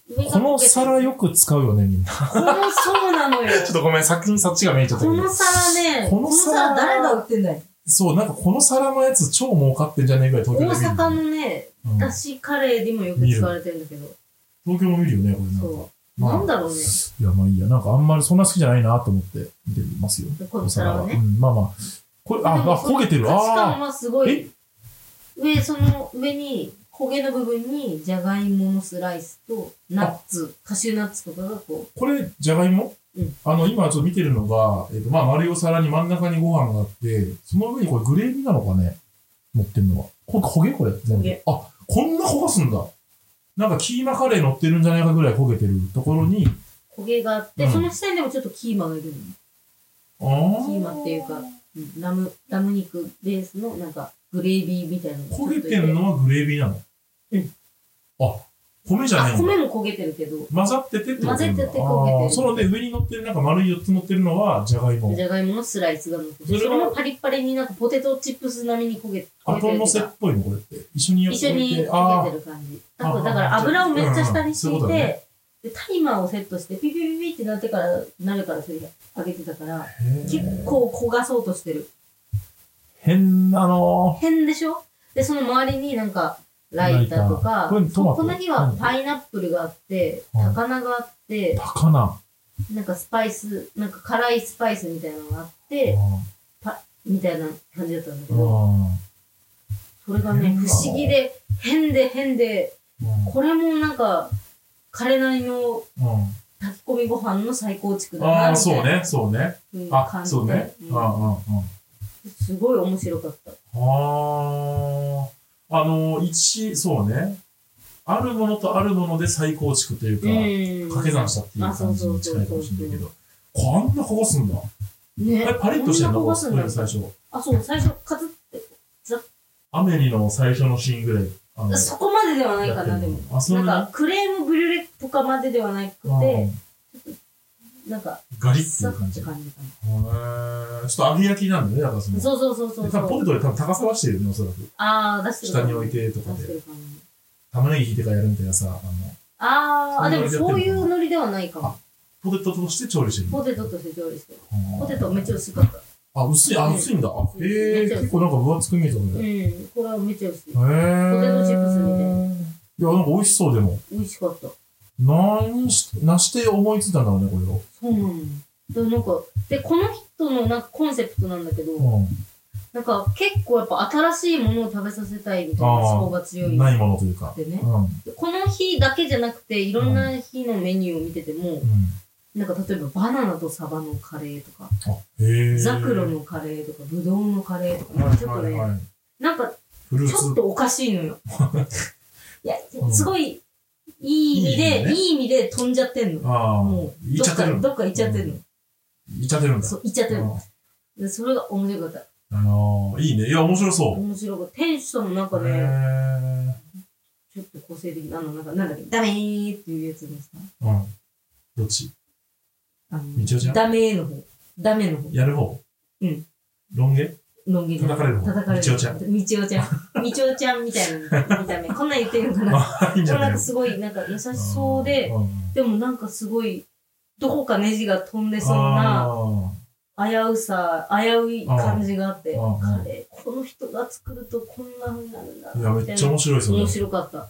A: うん、上が
B: この皿よ
A: こ
B: く使うよねみんなち
A: の、そうなのよ。
B: ょっとごめん先にそっちが見えちゃった
A: こ
B: けど
A: の皿ね、
B: こ
A: こ
B: の
A: の
B: 皿
A: 皿誰が売ってんだい
B: そうなんかこの皿のやつ超儲かってんじゃねえぐらい
A: 大
B: 東京で見る
A: 阪のね、
B: うん
A: だしカレーにもよく使われてるんだけど、
B: 東京も見るよねこれなんか
A: そう。
B: まあ
A: なんだろうね。
B: いやまあいいやなんかあんまりそんな好きじゃないなと思って見てますよ
A: この皿は
B: う
A: ね。
B: ん、まあまあこれあ
A: でも
B: あ
A: その
B: 焦げてる
A: 価値観
B: ああ
A: はすご
B: え
A: い。上、その上に、焦げの部分に、じゃがいものスライスと、ナッツ、カシューナッツとかがこ
B: これじゃがいも
A: うん
B: あの今ちょっと見てるのが、えっとまあ、丸いお皿に真ん中にご飯があってその上にこれグレービーなのかね乗ってるのはこれ焦げこれ全
A: 焦
B: 部
A: げ
B: あこんな焦がすんだなんかキーマカレー乗ってるんじゃないかぐらい焦げてるところに
A: う、焦げがあって、
B: うん
A: その下にでもちょっとキーマがいるのね。
B: あー
A: キーマっていうかうんラム、ラム肉ベースの、なんか、グレービーみたいなのがちょっ
B: 焦
A: とい
B: げてんのはグレービーなの
A: うん
B: あ米じゃない
A: あ、
B: んだ
A: 米も焦げてるけど、
B: 混ざっててってことなんだ
A: 混ぜてて焦げてる
B: あーそのね上に乗ってるなんか丸い4つ乗ってるのはじゃがいも
A: じゃがいものスライスが乗ってて
B: そ
A: そ
B: れは
A: れもパリッパリになんかポテトチップス並みに焦げ焦げて
B: 後
A: る
B: 乗
A: と
B: せっ
A: か
B: ぽいのこれって一緒にやっ
A: 一緒に
B: ああ
A: 焦げてる感じ
B: あ
A: 多
B: あ
A: 分だから油をめっちゃ下に敷
B: うんうんそういうこと
A: い
B: ね
A: てで、タイマーをセットして、ピピピピってなってから、なるからそれ上げてたから、結構焦がそうとしてる。
C: 変なの
A: 変でしょで、その周りになんか、ライターとか、
C: ライターこれトマ
A: そ
C: ト
A: この日はパイナップルがあって、
C: うん
A: 高菜があって、
C: 高菜。
A: なんかスパイス、なんか辛いスパイスみたいなのがあっ
C: う
A: て、
C: ん
A: みたいな感じだったんだけ
C: う
A: ど、
C: ん
A: それがね、
C: うん
A: 不思議で、変で変で、これもなんか、彼なりの
C: うん
A: 炊き込みご飯の最高築だ
B: あ
A: な、
B: あ、
A: みた
B: そ
A: いうな
B: ね、そうね。
A: うん
B: あ
A: 感、じ
B: そうね。
A: う
B: うんんうんうん。
A: すごい面白かった。
B: ああ、あの、一、そうね。あるものとあるもので再構築とい
A: うん。
B: うか、掛け算したっていう感じに近いかもしれないけど、こんなここすんだ。
A: ね
B: あれパリッとしてん
A: こ
B: の
A: んな焦がすんだ
B: これ最初。
A: あ、そう、最初、カツって、
B: アメリの最初のシーンぐらい。あの
A: そこまでではないかな、でも。。
B: あ、そ
A: な
B: れ
A: ん
B: な
A: か、クレームブリュレとかまでではなく
B: う
A: て、
B: ん
A: なんか、
B: ガリッって
A: さ
B: いう感
A: っ
B: じ。
A: て
B: へ
A: 感じかな。
B: ーちょっと揚げ焼きなんだね、だからその。
A: そうそうそうそう
B: 多分
A: そ
B: ポテ
A: う。
B: トで多分高さはしてるよね、おそらく。
A: ああ、出してる
B: 下に置いてとか
A: 出して
B: で。
A: る感じ。
B: 玉ねぎ引いてからやるみたいなさ、あの、
A: あーあ、でもそういうノリではないかも。
B: ポテトとして調理してる。
A: ポテトとして調理してる。
B: うん
A: ポテトめっちゃ薄かった。
B: あ、薄い、あ、
A: うん
B: 薄いんだ。あ
A: 薄い
B: へ
A: め
B: え、
A: っちゃ薄い
B: 結構なんか分厚く見えた
A: う
B: ね。へえ。
A: ん、これはめっちゃ薄い。
B: ポ
A: テトチップスみたいない
B: や、なんか美味しそうでも。
A: 美味しかった。
B: 何し、なして思いついたんだろうね、これを。
A: そうなのよ。で、なんか、で、この人のなんかコンセプトなんだけど、なんか結構やっぱ新しいものを食べさせたいみたいな思考が強
B: う
A: い
B: ん。ないものというか。
A: でね
B: う。ん。うん。
A: この日だけじゃなくて、いろんな日のメニューを見てても、なんか例えばバナナとサバのカレーとか、
B: あ、へえ。
A: ザクロのカレーとか、ブドウのカレーと
B: は
A: か、ち
B: い
A: ょっと
B: はい
A: ね、
B: はい。
A: なんか
B: フルー
A: ちょっ
B: ツ。
A: とおかしい のよ。いや
B: う、ん
A: すごい、いい意味
B: いい意味
A: で、
B: ね
A: いい意味で飛んじゃってんの。
B: ああ
A: も。う、
B: いっ
A: ど
B: ち
A: っ
B: ゃって
A: か、
B: る
A: どっか行っちゃってんの。
B: いっちゃってるんだ。
A: そう、行っちゃってる
B: う
A: の。
B: ん
A: で、それが面白かった。
B: あのー、いいね。いや、面白そう。
A: 面白かった。店主さんもなんか
B: へ
A: ね、
B: え。
A: ちょっと個性的な、あの、なんか、なんだっけ、ダメーっていうやつですか
B: うん。どっち
A: あ
B: みちおち
A: の、
B: ゃん
A: ダメーの方。ダメの方。
B: やる方
A: うん。
B: ロン毛
A: のんげ
B: 叩かれる方
A: 叩かれる。
B: みちおちゃ
A: ん。みちおちゃ ん。みちおちゃんみたいな見た目。こんなん言ってるのかな。
B: あ、いいんじ
A: こ
B: ゃ
A: れな
B: なんい
A: かすごい、なんか優しそうで、でもなんかすごい、どこかネジが飛んで
B: で
A: そうな、
B: な。
A: 危うさ、危うい感じがあって、
B: うんうん
A: カレー、この人が作るとこんな風になるんだ
B: いや、めっちゃ面白いですよね
A: 面。白かった。
B: へ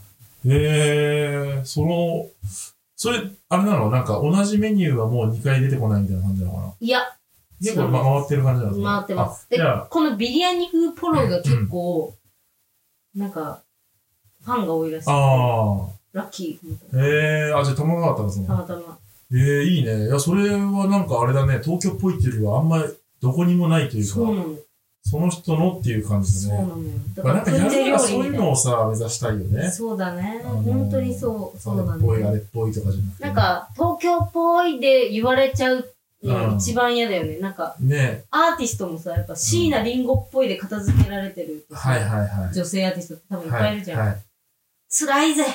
B: えー、その、それ、あれなのなんか同じメニューがもう2回出てこないみたいな感じなのかない
A: や、
B: 結構
A: そう
B: ま回ってる感じなの
A: 回ってます。
B: あ
A: で
B: じゃあ、、
A: このビリヤニ風ポロが結構、なんか、ファンが多いらしい。ラ
B: あ
A: ッキーみたい
B: あ、へえー、あ、じゃあ玉川ったんですね
A: な。た。またま。
B: ええいいね。いや、それはなんかあれだね、東京っぽいっていうよりはあんまりどこにもないというか、
A: そうな
B: そ
A: のよ。
B: の人のっていう感じ
A: そう
B: だ
A: な
B: ね。
A: のよ。だ
B: まあ、なんかやるには
A: プンジェ
B: そう
A: 料理
B: いう
A: みた
B: のをさ、目指したいよ
A: いな
B: ね。
A: そうだね。
B: あのー
A: 本当にそう、そうだ
B: あれっぽい、あ
A: ね。
B: れっぽいとかじゃなくて。
A: なん、か、東京っぽいで言われちゃうの一番嫌だよね。なんか、
B: ね
A: アーティストもさ、やっぱ椎名林檎っぽいで片付けられてるとさ
B: はいはいはい。
A: 女性アーティストって多分いっ
B: は
A: ぱいいるじゃん。
B: はい。
A: 辛いぜ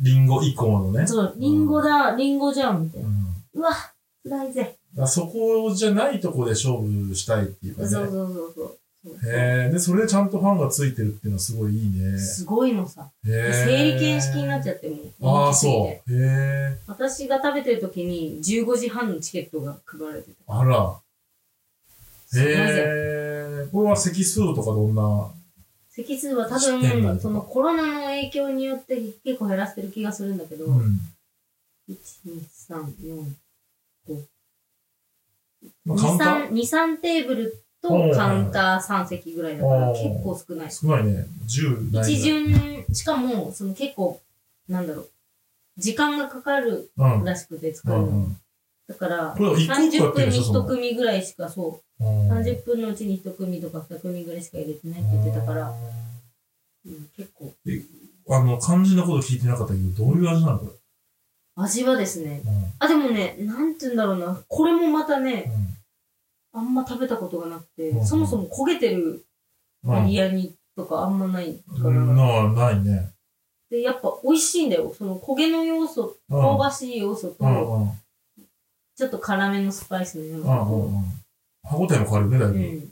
B: リンゴ以降のね。
A: そう、リンゴだ、リンゴじゃん、みたいな。
B: うん
A: うわ、辛いぜ。
B: あそこじゃないとこで勝負したいっていうか
A: そう
B: ね。
A: そうそうそう。
B: へえ、で、それでちゃんとファンがついてるっていうのはすごいいいね。
A: すごいのさ。
B: へえ。
A: 整理券式になっちゃってもう。
B: ああ、
A: 人気すぎて
B: そう。へえ。
A: 私が食べてる時に15時半のチケットが配られて
B: あら。
A: た。え。
B: へえ。これは席数とかどんな。
A: 席数は多
B: 知ってんだ
A: 分、そのコロナの影響によって結構減らしてる気がするんだけど、
B: うん。
A: 1、2、3、4、
B: ま
A: 2、
B: あ、カウンタ
A: 3 2、
B: ー、
A: 3テーブル
B: お
A: と
B: ー
A: カウンター3席ぐらいだから
B: おー
A: 結構少ない。
B: 少ないね。10ない。
A: 一巡、しかも、その結構、なんだろう、時間がかかる
B: うん。
A: らしくて使
B: う
A: うの
B: ん
A: に。
B: うん。
A: だから、
B: これは一個一個や
A: 30
B: って
A: 分
B: るでし
A: に
B: ょ、そ
A: 1
B: の。
A: 組ぐらいしか、そう、30分のうちに1組とか2組ぐらいしか入れてないって言ってたから、
B: ら。
A: うん、結構。
B: あの、肝心なこと聞いてなかったけど、どういう味なのこれ。
A: 味はですね、
B: うん
A: あ、でもね、なんて言うんだろうな、これもまたね、
B: う
A: あんま食べたことがなくて、
B: うん
A: そもそも焦げてる
B: ん。
A: ビリヤニとかあんまないか
B: う
A: ら、
B: ん。な、ないね。
A: で、やっぱ美味しいんだよ。その焦げの要素、
B: うん
A: 香ばしい要素と、
B: うんうん。
A: ちょっと辛めのスパイスの要素
B: う
A: と、
B: んうんうん。歯応えも変わるよね、だいぶ。
A: うん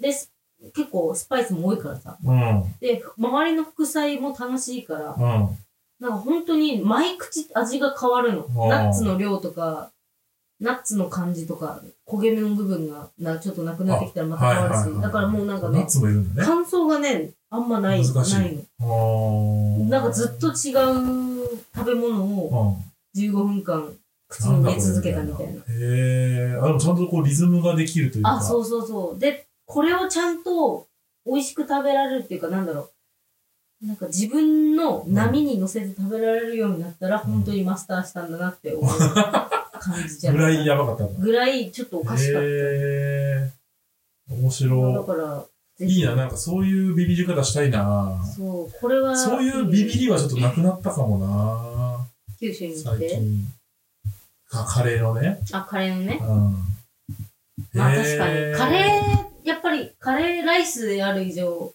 A: で、す結構スパイスも多いからさ。
B: うん。
A: で、周りの副菜も楽しいから、
B: うん。
A: なんか本当に毎口味が変わる
B: あ
A: の。
B: ー
A: ナッツの量とか、ナッツの感じとか、焦げ目の部分がなちょっとなくなってきたらまた変わるし、
B: あはいはいはい
A: だからもうなんか
B: ナッ
A: ね、
B: ツもいるんだね。
A: 感想がね、あんまない
B: 難しい
A: ないの。
B: あー
A: なんかずっと違う食べ物を
B: うん
A: 15分間口に入れ続けたみたいな。
B: へえ、あ、でもちゃんとこうリズムができるというか。
A: あ、そうそうそう。で、これをちゃんと美味しく食べられるっていうか、なんだろう。なんか自分の波に乗せて食べられるようになったら、
B: うん
A: 本当にマスターしたんだなって思う感じじゃ
B: ぐ
A: な
B: ら
A: い
B: いやばかったんだ。
A: ぐらいちょっとおかしかっ
B: へ
A: た。
B: え、面
A: だ
B: 白
A: から、
B: い。
A: ぜひ
B: いいな、なんかそういうビビり方したいな。
A: そう、これは、
B: そういうビビりはちょっとなくなったかもな。
A: 九州に行っ
B: 最
A: て。
B: 近。かカレーのね。
A: あ、カレーのね
B: う。ん。
A: まあ
B: へ
A: 確かに。カレー、やっぱりカレーライスである以上、
B: うん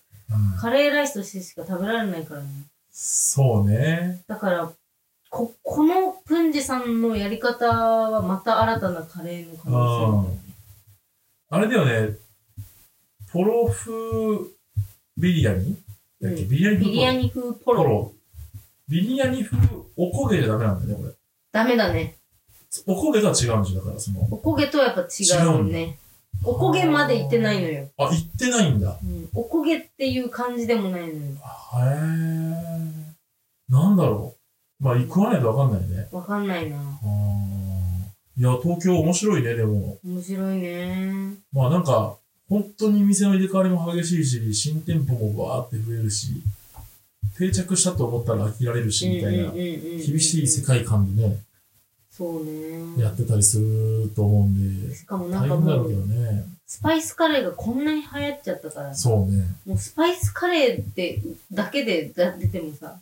A: カレーライスとしてしか食べられないからね。
B: そうね。
A: だから、こ、このプンジさんのやり方はまた新たなカレーの可能性
B: あれだよね。ポロフビリヤニだっけ
A: うん
B: ビリヤニ
A: ビリヤ
B: ニ
A: ニ風ポ
B: ポ
A: ロ。
B: ロ。ビリヤニ風おこげじゃダメなんだよね、これ。
A: ダメだね。
B: おこげとは違うんでしょ、だからその。
A: おこげとはやっぱ違うもんね。おこげまで行ってないのよ、
B: あ、行ってないんだ。
A: うん。おこげっていう感じでもないのよ。
B: へえ。なんだろう。まあ、行くわないとわかんないね。
A: わかんないな。
B: あーいや、東京面白いね、でも。
A: 面白いね。
B: まあなんか、本当に店の入れ替わりも激しいし、新店舗もわーって増えるし、定着したと思ったら飽きられるし、みたいな、厳
A: 厳
B: しい世。界観でね、
A: そうね。
B: やってたりすると思うんで、
A: しかもな
B: 大
A: んか
B: 変だ
A: も
B: ろうけど
A: う、
B: ね。
A: スパイスカレーがこんなに流行っちゃったから、
B: そうね。
A: もうスパイスカレーって、だけでだ出てもさ、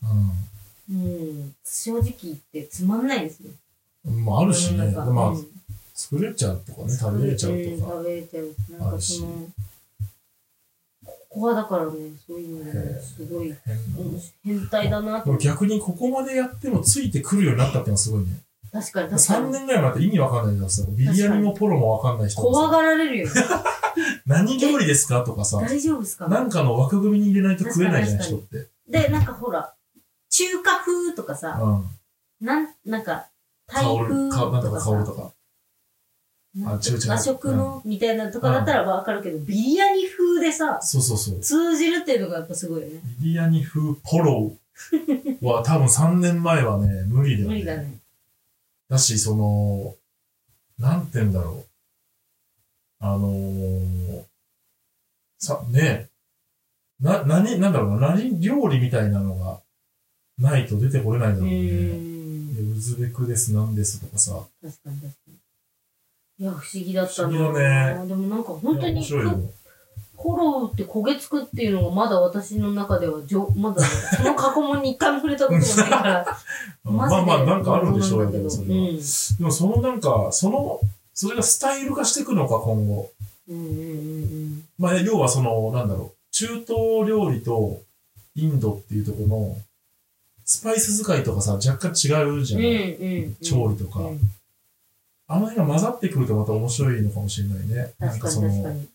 A: うん、正直言ってつまんないですね。
B: うん。まあ、あるしね。
A: 世の中
B: まあ
A: う、ん
B: 作れちゃうとかね、食べれちゃう
A: うん
B: とか。
A: 食べれちゃう。なん
B: あ
A: か
B: る
A: そ
B: し
A: の、ここはだからね、そういうの
B: へ
A: ね
B: え
A: すごい、
B: 変な
A: うん変態だな
B: で
A: と
B: も。逆にここまでやってもついてくるようになったってのはすごいね。
A: 確かに確か
B: 3
A: に。
B: 年ぐらい前だって意味わかんないじゃんさ。ビリヤニもポロもわかんない人
A: 怖
B: さ。
A: がられるよ。
B: 何料理ですかとかさ。
A: 大丈夫ですか
B: なんかの枠組みに入れないと食えないじゃん、人って。うん。
A: で、なんかほら、中華風とかさ、なん、なんか、タイ
B: 香
A: 風
B: る、か、なん
A: と
B: と
A: か
B: か香ると
A: さ、
B: か。
A: なんか
B: あ違う違う
A: 和食のみたいなとかだったらわかるけど、ビリヤニ風でさ、
B: そうそうそう。
A: 通じるっていうのがやっぱすごいよね。
B: ビリヤニ風ポロは多分3年前はね、無理だよ、
A: 無理だね。
B: だし、その、なんて言うんだろう。あのー、さ、ねな、何、なんだろうな、何料理みたいなのがないと出てこれないだ
A: う
B: ろうね。
A: ーん
B: でウズベクです、なんですとかさ。
A: 確かに確かに。いや、不思議だったな
B: 不思議だ
A: でもなんか本当
B: いや面
A: に、
B: 白いよ。
A: コロウって焦げつくっていうのがまだ私の中ではじょ、まだ、 その過去問に一回も触れたことがないから、
B: ま
A: マジ
B: あ
A: で。
B: まあ、なんかあるんでしょうよ、
A: け
B: で
A: ど。
B: もそうれは。
A: ん。
B: でもそのなんか、その、それがスタイル化していくのか、今後。
A: うんうんうん
B: まあ、要はその、なんだろう、中東料理とインドっていうところの、スパイス使いとかさ、若干違うじ
A: うん。う
B: ゃ
A: ん
B: ん。
A: うん。
B: 調理とか。
A: うん
B: あの辺が混ざってくるとまた面白いのかもしれないね。な
A: 確
B: ん
A: かに
B: かそ
A: 確か
B: の、
A: に。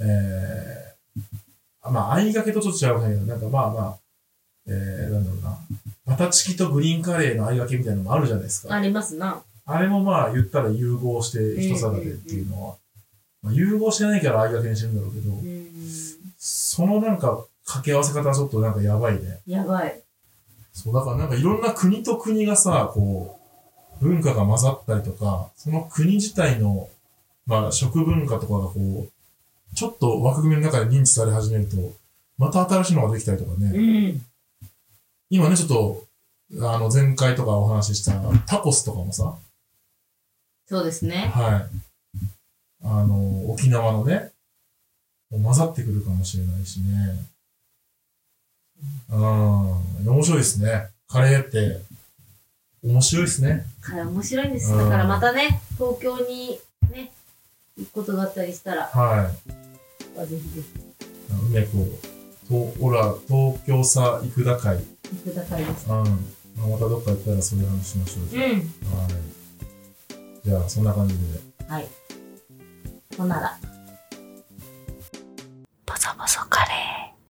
B: えー、まあ、合いがけとちょっと違うかもしれないけど、なんかまあまあ、えー、なんだろうな。バタチキとグリーンカレーの合いがけみたいなのもあるじゃないですか。
A: ありますな。
B: あれもまあ言ったら融合して一皿でっていうのは、まあ、融合してないからあいがけにしてるんだろうけど
A: う、ん。
B: そのなんか掛け合わせ方はちょっとなんかやばいね。
A: やばい。
B: そう、だからなんかいろんな国と国がさ、こう、文化が混ざったりとか、その国自体の、まあ食文化とかがこう、ちょっと枠組みの中で認知され始めると、また新しいのができたりとかね。
A: うん。
B: 今ね、ちょっと、あの前回とかお話ししたタコスとかもさ、
A: そうですね。
B: はい。あの、沖縄のね、もう混ざってくるかもしれないしね。うん、面白いですね。カレーって、面白いですね。
A: から面白いんです。
B: うん
A: だからまたね、東京にね、行くことがあったりしたら、
B: は
A: ぜひぜ
B: い。梅子、と、ほら、東京さ、行くだかい。うん。
A: ひ行ってくださいです。
B: まあまたどっか行ったらそういう話しましょう。
A: うん。
B: はい。じゃあ、そんな感じで。
A: はい。ほんなら。